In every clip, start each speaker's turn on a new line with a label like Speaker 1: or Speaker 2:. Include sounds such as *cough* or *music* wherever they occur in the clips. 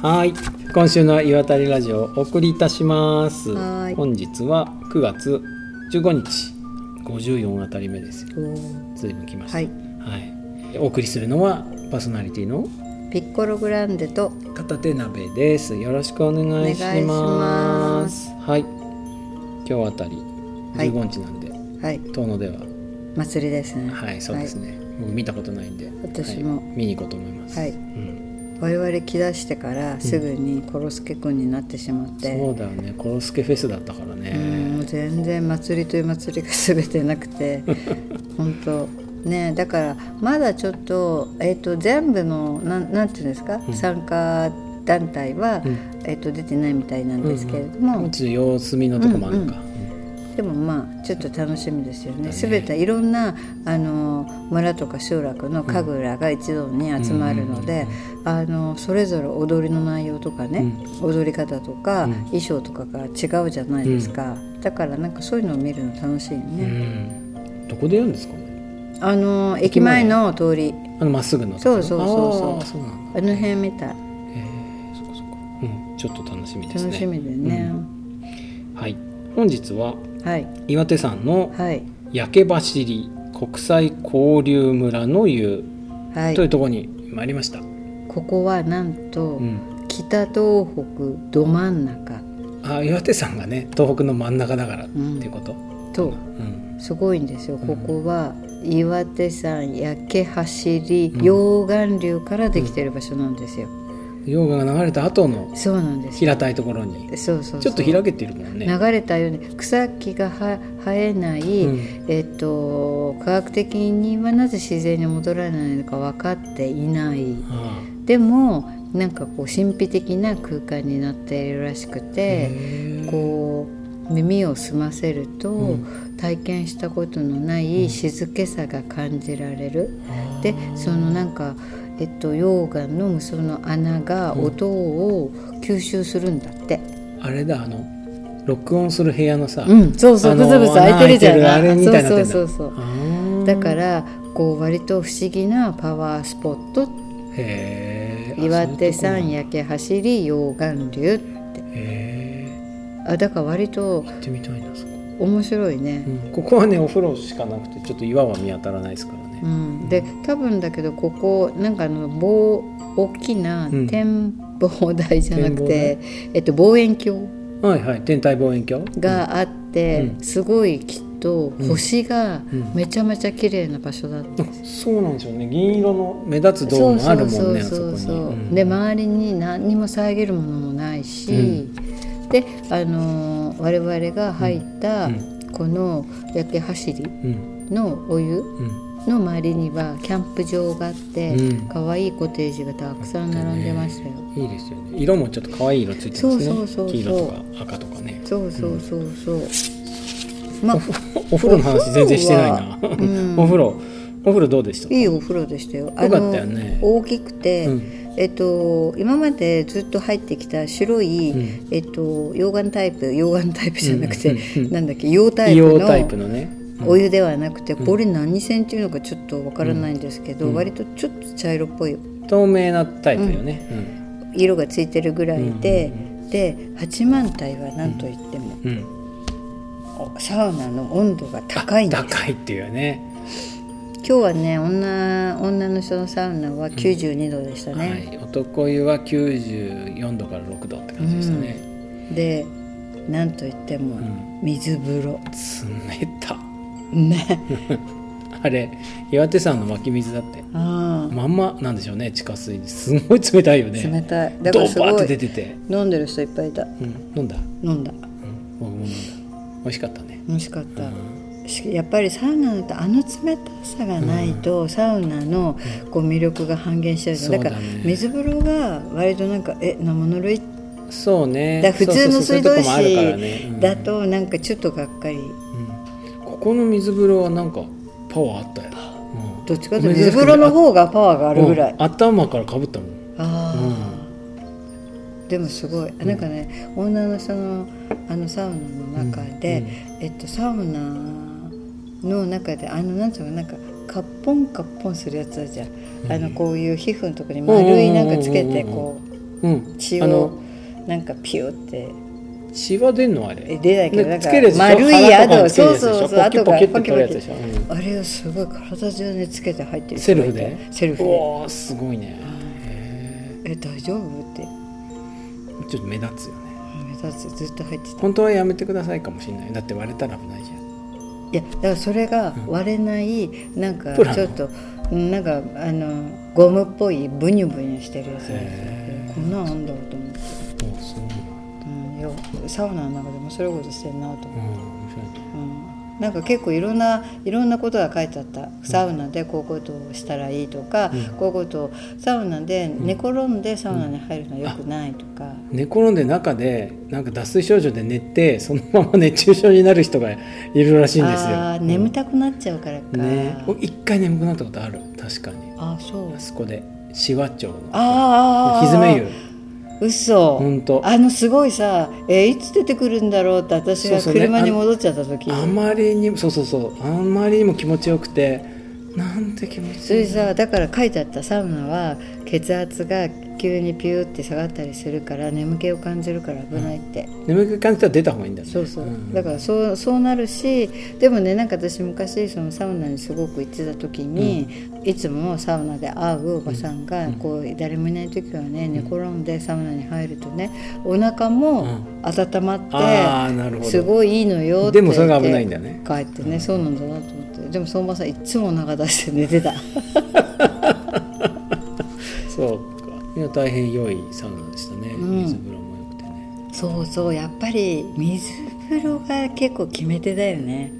Speaker 1: はい今週の岩谷ラジオお送りいたします
Speaker 2: はい
Speaker 1: 本日は9月15日54あたり目ですよずいぶん来ました
Speaker 2: はい、
Speaker 1: はいお送りするのはパーソナリティの
Speaker 2: ピッコログランデと
Speaker 1: 片手鍋ですよろしくお願いし
Speaker 2: お願いし
Speaker 1: ま
Speaker 2: ますす
Speaker 1: はい今日あたり
Speaker 2: はい
Speaker 1: 15日なんで、
Speaker 2: はい
Speaker 1: 遠野では
Speaker 2: 祭りですね
Speaker 1: はいそうですね、僕見たことないんで
Speaker 2: 私も
Speaker 1: はい見に行こうと思います
Speaker 2: はい
Speaker 1: うん、
Speaker 2: 我々来だしてからすぐにコロスケ君になってしまって、
Speaker 1: そうだよねコロスケフェスだったからね、
Speaker 2: うんもう全然祭りという祭りが全てな
Speaker 1: *laughs*
Speaker 2: くて本当ねだからまだちょっと,、えー、と全部のなんなんていうんですか、参加団体は、えー、と出てないみたいなんですけれども、
Speaker 1: うち様子見のとこもあるか、
Speaker 2: でもまあちょっと楽しみですよね。すべ、ていろんなあの村とか集落の神楽が一堂に集まるので、あのそれぞれ踊りの内容とかね、踊り方とか、衣装とかが違うじゃないですか。だからなんかそういうのを見るの楽しいよ
Speaker 1: うん
Speaker 2: ね。
Speaker 1: どこでやるんですかね
Speaker 2: あの駅前の通り、
Speaker 1: あのまっすぐの
Speaker 2: そうそうそうそう
Speaker 1: あーそうなんだ
Speaker 2: あの辺みたい。
Speaker 1: へえそっかそっかうんちょっと楽しみですね
Speaker 2: 楽しみでね。
Speaker 1: はい本日は
Speaker 2: はい
Speaker 1: 岩手山の
Speaker 2: はい
Speaker 1: 焼け走り国際交流村の湯
Speaker 2: はい
Speaker 1: とい。うところに参りました、
Speaker 2: ここはなんと、
Speaker 1: うん、
Speaker 2: 北東北ど真ん中
Speaker 1: あ岩手山がね東北の真ん中だからっていうこと、
Speaker 2: と。
Speaker 1: うん
Speaker 2: すごいんですよここは岩手山焼け走り溶岩流からできてる場所なんですよ、
Speaker 1: 溶岩が流れた後の
Speaker 2: そうなんですよ
Speaker 1: 平たいところに
Speaker 2: そうそうそう
Speaker 1: ちょっと開けてるもんね
Speaker 2: 流れたように草木がは生えない、
Speaker 1: うん
Speaker 2: えっと科学的にはなぜ自然に戻らないのか分かっていない
Speaker 1: ああ
Speaker 2: でもなんかこう神秘的な空間になっているらしくて、
Speaker 1: へえ
Speaker 2: こう耳を澄ませると、体験したことのない静けさが感じられる、でそのなんか、えっと、溶岩の無数の穴が音を吸収するんだって、
Speaker 1: あれだあの録音する部屋のさ、
Speaker 2: うんそうそ
Speaker 1: あ
Speaker 2: う
Speaker 1: の
Speaker 2: ブツブツ開いてるじゃない
Speaker 1: 穴開いてるあれみたいになってんだ
Speaker 2: そうそうそうそう
Speaker 1: あ
Speaker 2: だからこう割と不思議なパワースポット
Speaker 1: ーへえ
Speaker 2: 岩手
Speaker 1: あそういうとこなん
Speaker 2: 山
Speaker 1: だ
Speaker 2: 焼け走り溶岩流っ
Speaker 1: へ
Speaker 2: て
Speaker 1: え
Speaker 2: あだから割と
Speaker 1: 行ってみたいなそこ、
Speaker 2: 面白いね、
Speaker 1: うんここはねお風呂しかなくてちょっと岩は見当たらないですからね
Speaker 2: う、ん、で多分だけどここなんかあの棒大きな
Speaker 1: うん
Speaker 2: 展望台じゃなくて
Speaker 1: 展、
Speaker 2: えっと、望遠鏡
Speaker 1: はいはい天体望遠鏡
Speaker 2: があって、
Speaker 1: う
Speaker 2: すごいきっと星が
Speaker 1: ん
Speaker 2: めちゃめちゃ綺麗な場所だった、
Speaker 1: そうなんですよね銀色の目立つドームあるもんねあそこにうん
Speaker 2: で周りに何にも遮るものもないし、であのー我々が入ったこの焼け走り
Speaker 1: うん
Speaker 2: のお湯、
Speaker 1: うん
Speaker 2: の周りにはキャンプ場があって
Speaker 1: うん
Speaker 2: 可愛、いコテージがたくさん並んでましたよ。
Speaker 1: いいですよね色もちょっと可愛い色ついてますね
Speaker 2: そうそうそうそう
Speaker 1: 黄色とか赤とかね *laughs*
Speaker 2: そうそうそうそう。まあ
Speaker 1: お風呂の話全然してないな
Speaker 2: お風呂はうん
Speaker 1: *laughs* お風呂お風呂どうでした
Speaker 2: いいお風呂でしたよ。
Speaker 1: よかったよね
Speaker 2: あの大きくて、
Speaker 1: うん
Speaker 2: えっと今までずっと入ってきた白い、
Speaker 1: う
Speaker 2: えっと溶岩タイプ溶岩タイプじゃなくて、
Speaker 1: うんうんうん
Speaker 2: なんだっけ溶タイプ
Speaker 1: 硫
Speaker 2: の
Speaker 1: 黄タイプのね
Speaker 2: お湯ではなくて、これ何線っていうのかちょっとわからないんですけど、割とちょっと茶色っぽい
Speaker 1: 透明なタイプよね、うん
Speaker 2: 色がついてるぐらいで、で八幡平は何といっても、
Speaker 1: うん
Speaker 2: サウナの温度が高いんです
Speaker 1: 高いっていうね
Speaker 2: 今日はね女女の人のサウナは92度でしたね、
Speaker 1: はい、男湯は94度から6度って感じでしたね、
Speaker 2: でなんといっても水風呂、
Speaker 1: 冷た
Speaker 2: ね
Speaker 1: あれ岩手山の湧き水だって
Speaker 2: あ
Speaker 1: まんまなんでしょうね地下水すごい冷たいよ
Speaker 2: あ
Speaker 1: ね
Speaker 2: 冷たいだか
Speaker 1: ド
Speaker 2: ら
Speaker 1: ー
Speaker 2: す
Speaker 1: バーっ
Speaker 2: ご
Speaker 1: て出
Speaker 2: い
Speaker 1: てて、
Speaker 2: 飲んでる人いっぱいいた
Speaker 1: うん、飲んだ、
Speaker 2: 飲んだ
Speaker 1: うん、僕も飲んだ美味しかったね
Speaker 2: 美味しかった、しやっぱりサウナだとあの冷たさがないと、サウナのこう魅力が半減しちゃうじゃん
Speaker 1: そうだ
Speaker 2: だ
Speaker 1: ね
Speaker 2: から水風呂が割となんかえ生ぬるい
Speaker 1: そうね
Speaker 2: だから普通の
Speaker 1: そうそうそう
Speaker 2: 水
Speaker 1: そういうとこもあ
Speaker 2: 道
Speaker 1: るからね、うん
Speaker 2: 水だとなんかちょっとがっかり、
Speaker 1: うんここの水風呂はなんかパワーあったよ、うん
Speaker 2: どっちかというと水風呂の方がパワーがあるぐらい、
Speaker 1: うん頭からかぶったもん
Speaker 2: ああ、でもすごいなんかね、女の人のあのサウナの中で、えっとサウナの中であのなんていうのなんかカッポンカッポンするやつあるじゃん、あのこういう皮膚のところに丸いなんかつけて
Speaker 1: うんうんうんうん
Speaker 2: こう
Speaker 1: うん
Speaker 2: 血
Speaker 1: あ
Speaker 2: を
Speaker 1: の
Speaker 2: なんかピュって
Speaker 1: 血は出んのあれ
Speaker 2: え出ないけど
Speaker 1: ね
Speaker 2: だ
Speaker 1: つ
Speaker 2: か
Speaker 1: けるや
Speaker 2: ら
Speaker 1: つ
Speaker 2: 丸い
Speaker 1: 穴とかに
Speaker 2: 跡
Speaker 1: つけるや
Speaker 2: そう
Speaker 1: つでしょ
Speaker 2: そうそう跡
Speaker 1: ポ
Speaker 2: が
Speaker 1: キポキって取るやつでしょうん
Speaker 2: あれをすごい体中につけて入ってる
Speaker 1: セ
Speaker 2: 人
Speaker 1: ル
Speaker 2: がい
Speaker 1: フ
Speaker 2: て
Speaker 1: で
Speaker 2: セルフで
Speaker 1: おおすごいねへ
Speaker 2: え大丈夫って
Speaker 1: ーちょっと目立つよね
Speaker 2: 目立つずっと入ってたい
Speaker 1: 本当はやめてくださいかもしれないだって割れたら危ないじゃ
Speaker 2: やだからそれが割れないなんか
Speaker 1: プラの
Speaker 2: ちょっとうんなんかあのゴムっぽいブニュブニュしてるやつがいて
Speaker 1: へ
Speaker 2: こんなんあんだろうと思って、
Speaker 1: んもうそうなん
Speaker 2: うん、よサウナの中でもそれこそしてんなと
Speaker 1: だう
Speaker 2: 思って、
Speaker 1: ん面白いね
Speaker 2: うん、なんか結構いろんないろんなことが書いてあったサウナでこういうことをしたらいいとか、
Speaker 1: うん
Speaker 2: こういうことをサウナで寝転んでサウナに入るのはよくないとか。
Speaker 1: 寝転んで中でなんか脱水症状で寝てそのまま熱中症になる人がいるらしいんですよ。
Speaker 2: あー眠たくなっちゃうからか、
Speaker 1: ねお一回眠くなったことある確かに
Speaker 2: あそう
Speaker 1: あそこで紫波町の
Speaker 2: ああ
Speaker 1: ひずめ湯
Speaker 2: 嘘
Speaker 1: ほんと
Speaker 2: あのすごいさ、えーいつ出てくるんだろうって私が
Speaker 1: そうそうね
Speaker 2: 車に戻っちゃった時
Speaker 1: あまりにもそうそうそうあまりにも気持ちよくてなんて気持ち
Speaker 2: そ
Speaker 1: い
Speaker 2: れ
Speaker 1: い
Speaker 2: でさだから書いてあったサウナは血圧が急にピューって下がったりするから眠気を感じるから危ないって、
Speaker 1: 眠く感じたら出た方がいいんだよね
Speaker 2: そうそう、
Speaker 1: ん
Speaker 2: だからそうそうなるしでもねなんか私昔そのサウナにすごく行ってた時に、いつもサウナで会うおばさんが、こう誰もいない時はね寝転んでサウナに入るとねお腹も温まって、
Speaker 1: ああなるほど
Speaker 2: すごいいいのよって
Speaker 1: でもそれが危ないんだよね
Speaker 2: 帰ってねそうなんだなと思ってでも相馬さんいつもお腹出して寝
Speaker 1: *laughs*
Speaker 2: てた
Speaker 1: そうかいや大変良いサウナでしたね、
Speaker 2: うん
Speaker 1: 水風呂も良くてね
Speaker 2: そうそうやっぱり水風呂が結構決め手だよね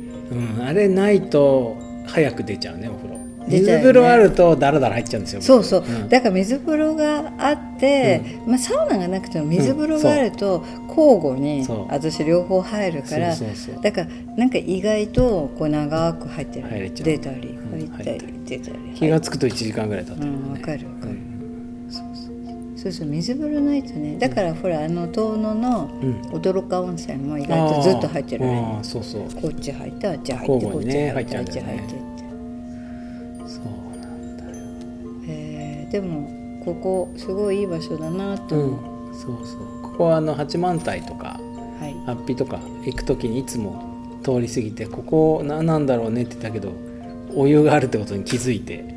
Speaker 1: うんあれないと早く出ちゃうねお風呂
Speaker 2: 出ち
Speaker 1: 水
Speaker 2: ゃうよね
Speaker 1: 風呂あるとダラダラ入っちゃうんですよ
Speaker 2: そうそう、
Speaker 1: ん
Speaker 2: だから水風呂があって、まあ、サウナがなくても水風呂があると交互に
Speaker 1: そう
Speaker 2: 私両方入るから、
Speaker 1: そうそうそう
Speaker 2: だからなんか意外とこう長く入ってる
Speaker 1: 入れちゃう
Speaker 2: 出たり
Speaker 1: うん
Speaker 2: 入った
Speaker 1: 入っ
Speaker 2: り
Speaker 1: た
Speaker 2: 出たり
Speaker 1: 気が付くと1時間ぐらい経って
Speaker 2: う
Speaker 1: るよね、
Speaker 2: んわかるわかる、
Speaker 1: うん
Speaker 2: そうそう水風呂ないとねだからほらあの遠野の
Speaker 1: うん
Speaker 2: 驚か温泉も意外とずっと入ってるよ
Speaker 1: あ
Speaker 2: ね
Speaker 1: ーそうそう
Speaker 2: こっち入ってあっち入ってこ
Speaker 1: 交互
Speaker 2: っ
Speaker 1: に
Speaker 2: ち
Speaker 1: ね
Speaker 2: 入ってあ
Speaker 1: 入
Speaker 2: っ
Speaker 1: っち
Speaker 2: ち
Speaker 1: ゃうんだよ
Speaker 2: 入
Speaker 1: ね
Speaker 2: ってって。
Speaker 1: そうなんだよ
Speaker 2: えーでもここすごいいい場所だなと
Speaker 1: う
Speaker 2: 思う、
Speaker 1: んそうそうここはあの八幡平とか
Speaker 2: はい
Speaker 1: 安比とか行く時にいつも通り過ぎてここ何なんだろうねって言ったけどお湯があるってことに気づいて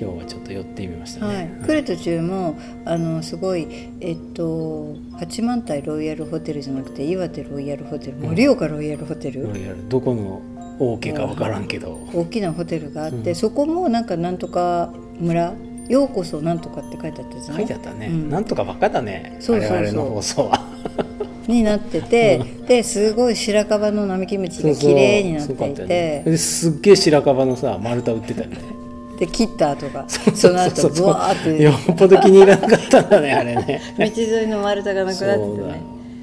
Speaker 1: 今日はちょっと寄ってみましたね、
Speaker 2: はい、来る途中もあのすごい、えっと、八幡平ロイヤルホテルじゃなくて岩手ロイヤルホテル盛岡ロイヤルホテル、
Speaker 1: ロイヤルどこの王家か分からんけど、
Speaker 2: 大きなホテルがあって、そこもなんかなんとか村「ようこそなんとか」って書いてあったじゃな
Speaker 1: 書
Speaker 2: い
Speaker 1: いてあったね、
Speaker 2: うん
Speaker 1: なんとかバカだね
Speaker 2: そうそうそう
Speaker 1: 我々の放送は
Speaker 2: になってて、ですごい白樺の並木道が綺麗になって
Speaker 1: そうそ
Speaker 2: い
Speaker 1: うすごか
Speaker 2: て
Speaker 1: ったよねですっげえ白樺のさ丸太売ってたよね
Speaker 2: で切った跡が *laughs* その後
Speaker 1: *laughs* そう
Speaker 2: ブ
Speaker 1: そう
Speaker 2: ワーって
Speaker 1: よっぽど気に入らなかったんだねあれね
Speaker 2: 道沿いの丸太がなくなっててね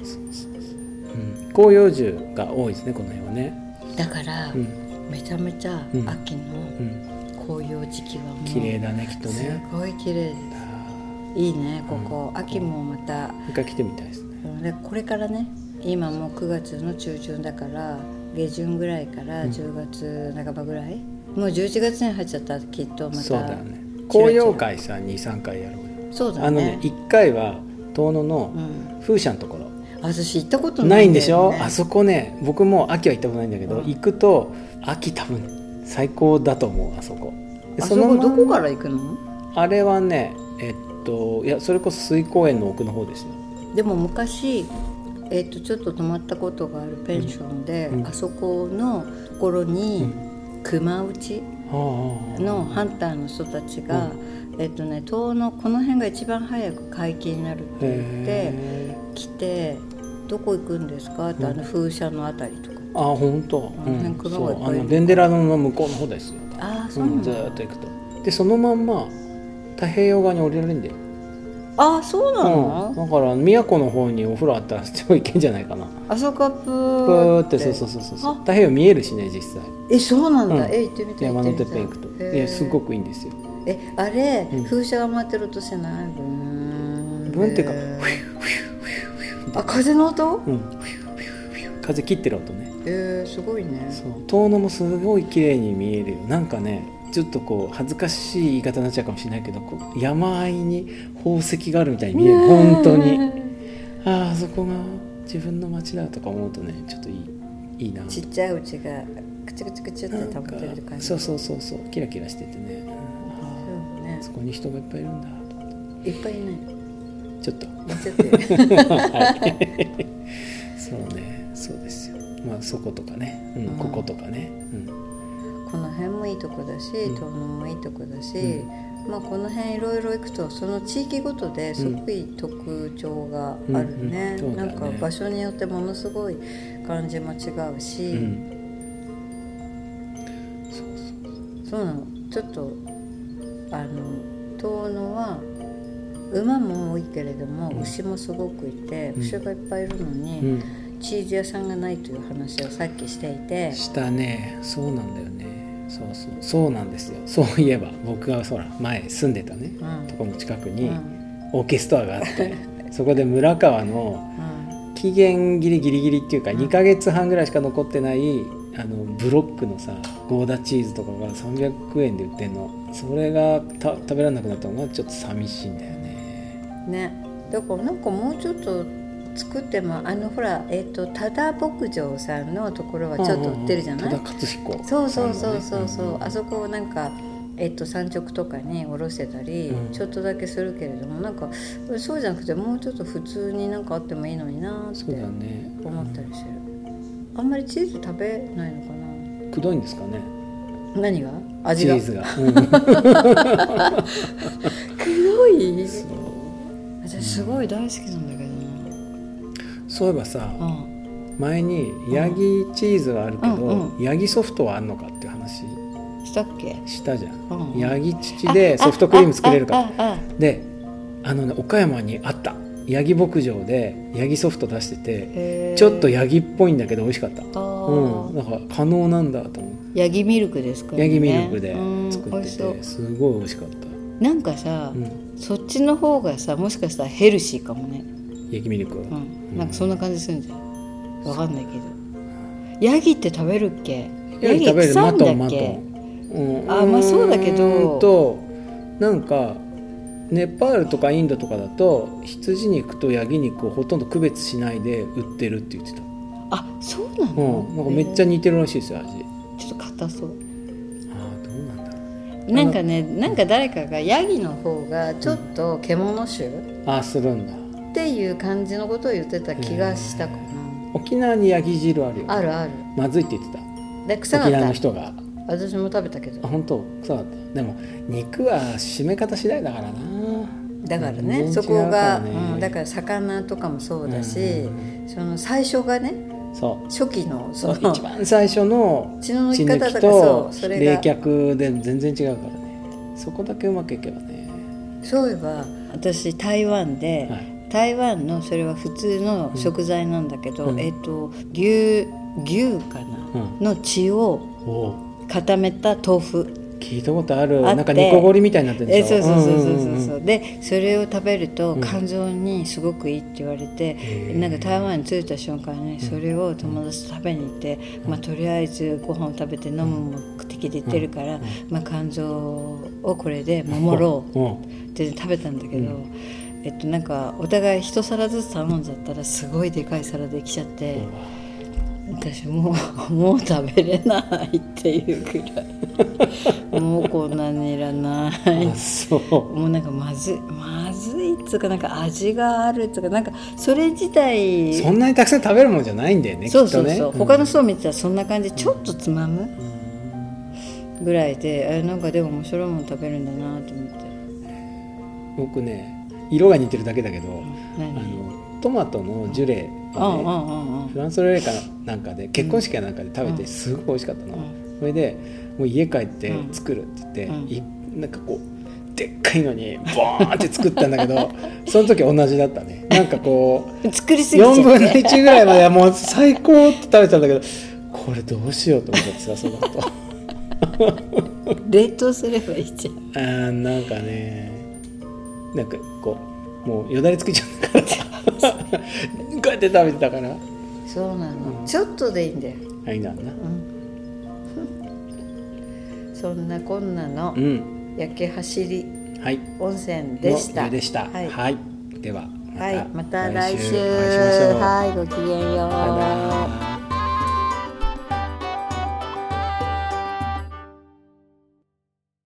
Speaker 1: うん、広葉樹が多いですねこの辺はね、
Speaker 2: だから、
Speaker 1: うん
Speaker 2: めちゃめちゃ
Speaker 1: うん
Speaker 2: 秋の
Speaker 1: うん、
Speaker 2: 紅葉時期はもう
Speaker 1: 綺麗だねきっと
Speaker 2: す
Speaker 1: ね
Speaker 2: ごい綺麗ですいいねここ、秋もまた
Speaker 1: 一回来てみたいですね
Speaker 2: でこれからね今もう9月の中旬だから下旬ぐらいから10月半ばぐらい、もう11月に入っちゃったらきっとまた
Speaker 1: そうだよね
Speaker 2: チラ
Speaker 1: 紅
Speaker 2: チラ
Speaker 1: 葉会さ23回やろうよ
Speaker 2: そうだね
Speaker 1: あのね一回は遠野
Speaker 2: う
Speaker 1: の
Speaker 2: ん、
Speaker 1: 風車のところ、
Speaker 2: あ私行ったこと
Speaker 1: な
Speaker 2: ないい
Speaker 1: ん
Speaker 2: だよね
Speaker 1: でしょ、あそこね僕も秋は行ったことないんだけど、
Speaker 2: うん
Speaker 1: 行くと秋多分最高だと思うあそこで
Speaker 2: あそ
Speaker 1: の
Speaker 2: こ
Speaker 1: ま
Speaker 2: どこから行くの
Speaker 1: あれはねえっといやそれこそ水公園の奥の方ですね
Speaker 2: でも昔、えっとちょっと泊まったことがあるペンションで、
Speaker 1: うん
Speaker 2: あそこの頃に、熊内
Speaker 1: あ
Speaker 2: のハンターの人たちが、えっとね遠野この辺が一番早く解禁になるって言って来て「どこ行くんですか?」って、あの風車のあたりとか
Speaker 1: あ本当、う
Speaker 2: あの辺
Speaker 1: ん、
Speaker 2: 黒
Speaker 1: そ
Speaker 2: がいっ
Speaker 1: う
Speaker 2: ぱい
Speaker 1: あ
Speaker 2: いる
Speaker 1: のデンデラドンの向こうの方ですよ、
Speaker 2: ああそううなん
Speaker 1: ん、ず
Speaker 2: だ、
Speaker 1: ーっと行くとでそのまんま太平洋側に降りられるんだよ、
Speaker 2: ああそうなの、
Speaker 1: うん、だから宮古の方にお風呂あったらすごい行けんじゃないかな
Speaker 2: あそこはプ
Speaker 1: プー
Speaker 2: ー
Speaker 1: ってそうそうそうそう
Speaker 2: あ
Speaker 1: 太平洋見えるしね実際
Speaker 2: えそうなんだ、
Speaker 1: うん
Speaker 2: え行ってみたい
Speaker 1: 山のてっ
Speaker 2: みた
Speaker 1: ぺ
Speaker 2: い
Speaker 1: ん行くと
Speaker 2: へ
Speaker 1: い
Speaker 2: え
Speaker 1: やすごくいいんですよ
Speaker 2: えあれ、
Speaker 1: うん
Speaker 2: 風車が回ってる音してないブーン
Speaker 1: ブーンっていうか
Speaker 2: へえあ風の音
Speaker 1: うん風切ってる音ね
Speaker 2: えー、すごいね
Speaker 1: そう遠野もすごい綺麗に見えるよなんかねちょっとこう恥ずかしい言い方になっちゃうかもしれないけどこう山あいに宝石があるみたいに見える本当にあああそこが自分の町だとか思うとねちょっといいいいな
Speaker 2: ちっちゃいうちがくちゅくちゅくちゅって保てる感じ
Speaker 1: そうそうそうそうキラキラしててね
Speaker 2: そう
Speaker 1: あ
Speaker 2: ね
Speaker 1: あそこに人がいっぱいいるんだと思って
Speaker 2: いっぱいいない
Speaker 1: *laughs* ちょっと
Speaker 2: ちょっといる
Speaker 1: はい、そうねそうですよまあそことかね、うん
Speaker 2: うん
Speaker 1: こことかね、
Speaker 2: この辺もいいとこだし
Speaker 1: うん
Speaker 2: 東南もいいとこだし、まあ、この辺いろいろ行くとその地域ごとですごい特徴があるね,、
Speaker 1: うんうんうんそうだ
Speaker 2: な
Speaker 1: よ
Speaker 2: ん
Speaker 1: ね
Speaker 2: か場所によってものすごい感じも違う
Speaker 1: う
Speaker 2: し、
Speaker 1: ん、うん、そうそう
Speaker 2: そうなのちょっとあの遠野は馬も多いけれども、
Speaker 1: うん
Speaker 2: 牛もすごくいて
Speaker 1: うん
Speaker 2: 牛がいっぱいいるのに、
Speaker 1: うん
Speaker 2: チーズ屋さんがないという話をさっきしていて
Speaker 1: したねそうなんだよねそうそうそうなんですよそういえば僕がほら前住んでたね、
Speaker 2: うん
Speaker 1: とこの近く
Speaker 2: うん
Speaker 1: に
Speaker 2: うん
Speaker 1: オーケストラがあって、そこで村川の期限ギリギリギリっていうか
Speaker 2: うん
Speaker 1: 2ヶ月半ぐらいしか残ってないあのブロックのさゴーダチーズとかが300円で売ってんのそれがた食べられなくなったのがちょっと寂しいんだよね
Speaker 2: ねだからなんかもうちょっと作ってもあのほらえっ、と多田牧場さんのところはちょっと売ってるじゃない、
Speaker 1: ただ勝彦
Speaker 2: そうそうそうそうそう、あ
Speaker 1: こ
Speaker 2: そこをなんかえっと産直とかにおろしてたり、
Speaker 1: うん
Speaker 2: ちょっとだけするけれどもなんかそうじゃなくてもうちょっと普通になんかあってもいいのになー
Speaker 1: そうだ
Speaker 2: って
Speaker 1: ね
Speaker 2: 思ったりしてる、あんまりチーズ食べないのか
Speaker 1: くどいんですかね
Speaker 2: な何が
Speaker 1: チ
Speaker 2: 味が
Speaker 1: ーズが、うん
Speaker 2: 黒い
Speaker 1: そう
Speaker 2: 私すごい大好きなんだけど
Speaker 1: *laughs* そういえばさ
Speaker 2: な、うん
Speaker 1: 前にヤギチーズはあるけど、
Speaker 2: うん
Speaker 1: ヤギソフトはあんのかっていう話
Speaker 2: したっけ
Speaker 1: したじゃん、
Speaker 2: うん
Speaker 1: ヤギ乳でソフトクリーム作れるから
Speaker 2: ああああ
Speaker 1: であのね岡山にあったヤギ牧場でヤギソフト出してて
Speaker 2: へー
Speaker 1: ちょっとヤギっぽいんだけど美味しかった
Speaker 2: あ
Speaker 1: う
Speaker 2: ー
Speaker 1: ん、なんか可能なんだと思って
Speaker 2: ヤギミルクですかね
Speaker 1: ヤギミルクで
Speaker 2: うん
Speaker 1: 作
Speaker 2: 美
Speaker 1: っ
Speaker 2: 味
Speaker 1: て、
Speaker 2: してそう
Speaker 1: すごい美味しかった、
Speaker 2: なんかさ、
Speaker 1: うん、
Speaker 2: そっちの方がさもしかしたらヘルシーかもね、
Speaker 1: ヤギミルク、
Speaker 2: うん、なんかそんな感じするんじゃんわかんないけどヤギって食べるっけヤギ
Speaker 1: 食べる
Speaker 2: 臭い
Speaker 1: マ
Speaker 2: んだ
Speaker 1: ト
Speaker 2: っ
Speaker 1: ンマト
Speaker 2: け
Speaker 1: ン、うん
Speaker 2: あまあそうだけど
Speaker 1: うーんとなんかネパールとかインドとかだと羊肉とヤギ肉をほとんど区別しないで売ってるって言ってた、
Speaker 2: あそうな
Speaker 1: う
Speaker 2: の、
Speaker 1: ん、なんかめっちゃ
Speaker 2: へ
Speaker 1: 似てるらしいですよ味
Speaker 2: ーちょっと硬そう
Speaker 1: ああどうなんだろう
Speaker 2: なんかねなんか誰かがヤギの方がちょっと獣種、
Speaker 1: ああするんだ
Speaker 2: っていう感じのことを言ってた気がしたかな
Speaker 1: 沖縄にヤギ汁あるよ
Speaker 2: あるある
Speaker 1: まずいって言って
Speaker 2: で臭
Speaker 1: た
Speaker 2: か
Speaker 1: 沖縄
Speaker 2: っ
Speaker 1: の
Speaker 2: た
Speaker 1: 人が
Speaker 2: 私も食べたけ
Speaker 1: あ
Speaker 2: ど
Speaker 1: 本当そうだったでも肉は締め方次第だからな
Speaker 2: だから
Speaker 1: 全
Speaker 2: ね
Speaker 1: 然
Speaker 2: そこが、
Speaker 1: 違うからね
Speaker 2: うん、だから魚とかもそうだし、
Speaker 1: う
Speaker 2: その最初がね
Speaker 1: そう
Speaker 2: 初期の
Speaker 1: そ
Speaker 2: そうの
Speaker 1: 一番最初の
Speaker 2: 血の
Speaker 1: 血
Speaker 2: 抜き方
Speaker 1: 抜
Speaker 2: と
Speaker 1: き
Speaker 2: かそ
Speaker 1: と
Speaker 2: うそれ
Speaker 1: 冷
Speaker 2: が
Speaker 1: 却で全然違うからねそこだけうまくいけばね
Speaker 2: そういえば私台湾で、
Speaker 1: はい
Speaker 2: 台湾のそれは普通の食材なんだけど、
Speaker 1: うん
Speaker 2: えっ、と牛牛かな、
Speaker 1: うん
Speaker 2: の血を
Speaker 1: おう
Speaker 2: 固めた豆腐
Speaker 1: 聞いたことある
Speaker 2: あって
Speaker 1: なんか煮こごりみたいになってるん
Speaker 2: え
Speaker 1: でしょ
Speaker 2: そうそうそうそうそうそう,、
Speaker 1: んんん
Speaker 2: でそれを食べると
Speaker 1: うん
Speaker 2: 肝臓にすごくいいって言われて、
Speaker 1: へー
Speaker 2: なんか台湾に着いた瞬間にそれを友達と食べに行って、まあ、とりあえずご飯を食べて飲む目的で行ってるから、まあ、肝臓をこれで守ろう
Speaker 1: おう
Speaker 2: って食べたんだけど、
Speaker 1: う
Speaker 2: えっとなんかお互い一皿ずつ頼んじゃったらすごいでかい皿できちゃって私もうもう食べれないっていうくらいもうこんなにいらない
Speaker 1: あそう
Speaker 2: もうなんかまずいまずいっつうかなんか味があるっつうかなんかそれ自体
Speaker 1: そんなにたくさん食べるもんじゃないんだよね
Speaker 2: そう
Speaker 1: きっ
Speaker 2: そ
Speaker 1: と
Speaker 2: う
Speaker 1: ね
Speaker 2: そう、他の層見てたらそんな感じでちょっとつまむぐらいで、あなんかでも面白いもの食べるんだなと思って
Speaker 1: うん僕ね色が似てるだけだけどあ
Speaker 2: 何
Speaker 1: のトマトのジュレ
Speaker 2: う
Speaker 1: を
Speaker 2: ん
Speaker 1: ね
Speaker 2: うんうんうん
Speaker 1: フランス料理かなんかで結婚式かなんかで食べてすごく美味しかったの、
Speaker 2: う
Speaker 1: それでもう家帰って
Speaker 2: うん
Speaker 1: 作るって言って、
Speaker 2: うん
Speaker 1: いなんかこうでっかいのにボーンって作ったんだけど *laughs* その時同じだったねなんかこう
Speaker 2: 作りすぎちゃっ
Speaker 1: 4
Speaker 2: て
Speaker 1: 分の1ぐらいまではもう最高って食べてたんだけどこれどうしようと思ってさその後
Speaker 2: *laughs* 冷凍すればいいじゃん
Speaker 1: あーなんかねなんかこうもうよだれつけちゃったから *laughs* こうやって食べてたから
Speaker 2: そうなの、ちょっとでいいんだよ、
Speaker 1: あいいなんだ
Speaker 2: うん、そんなこんなの
Speaker 1: うん
Speaker 2: 焼け走り
Speaker 1: はい
Speaker 2: 温泉でし
Speaker 1: の
Speaker 2: た。
Speaker 1: 湯でした
Speaker 2: は
Speaker 1: はいい、では
Speaker 2: はい、また来週
Speaker 1: お会いしましょう、
Speaker 2: はいごきげんよう。
Speaker 1: バイバイ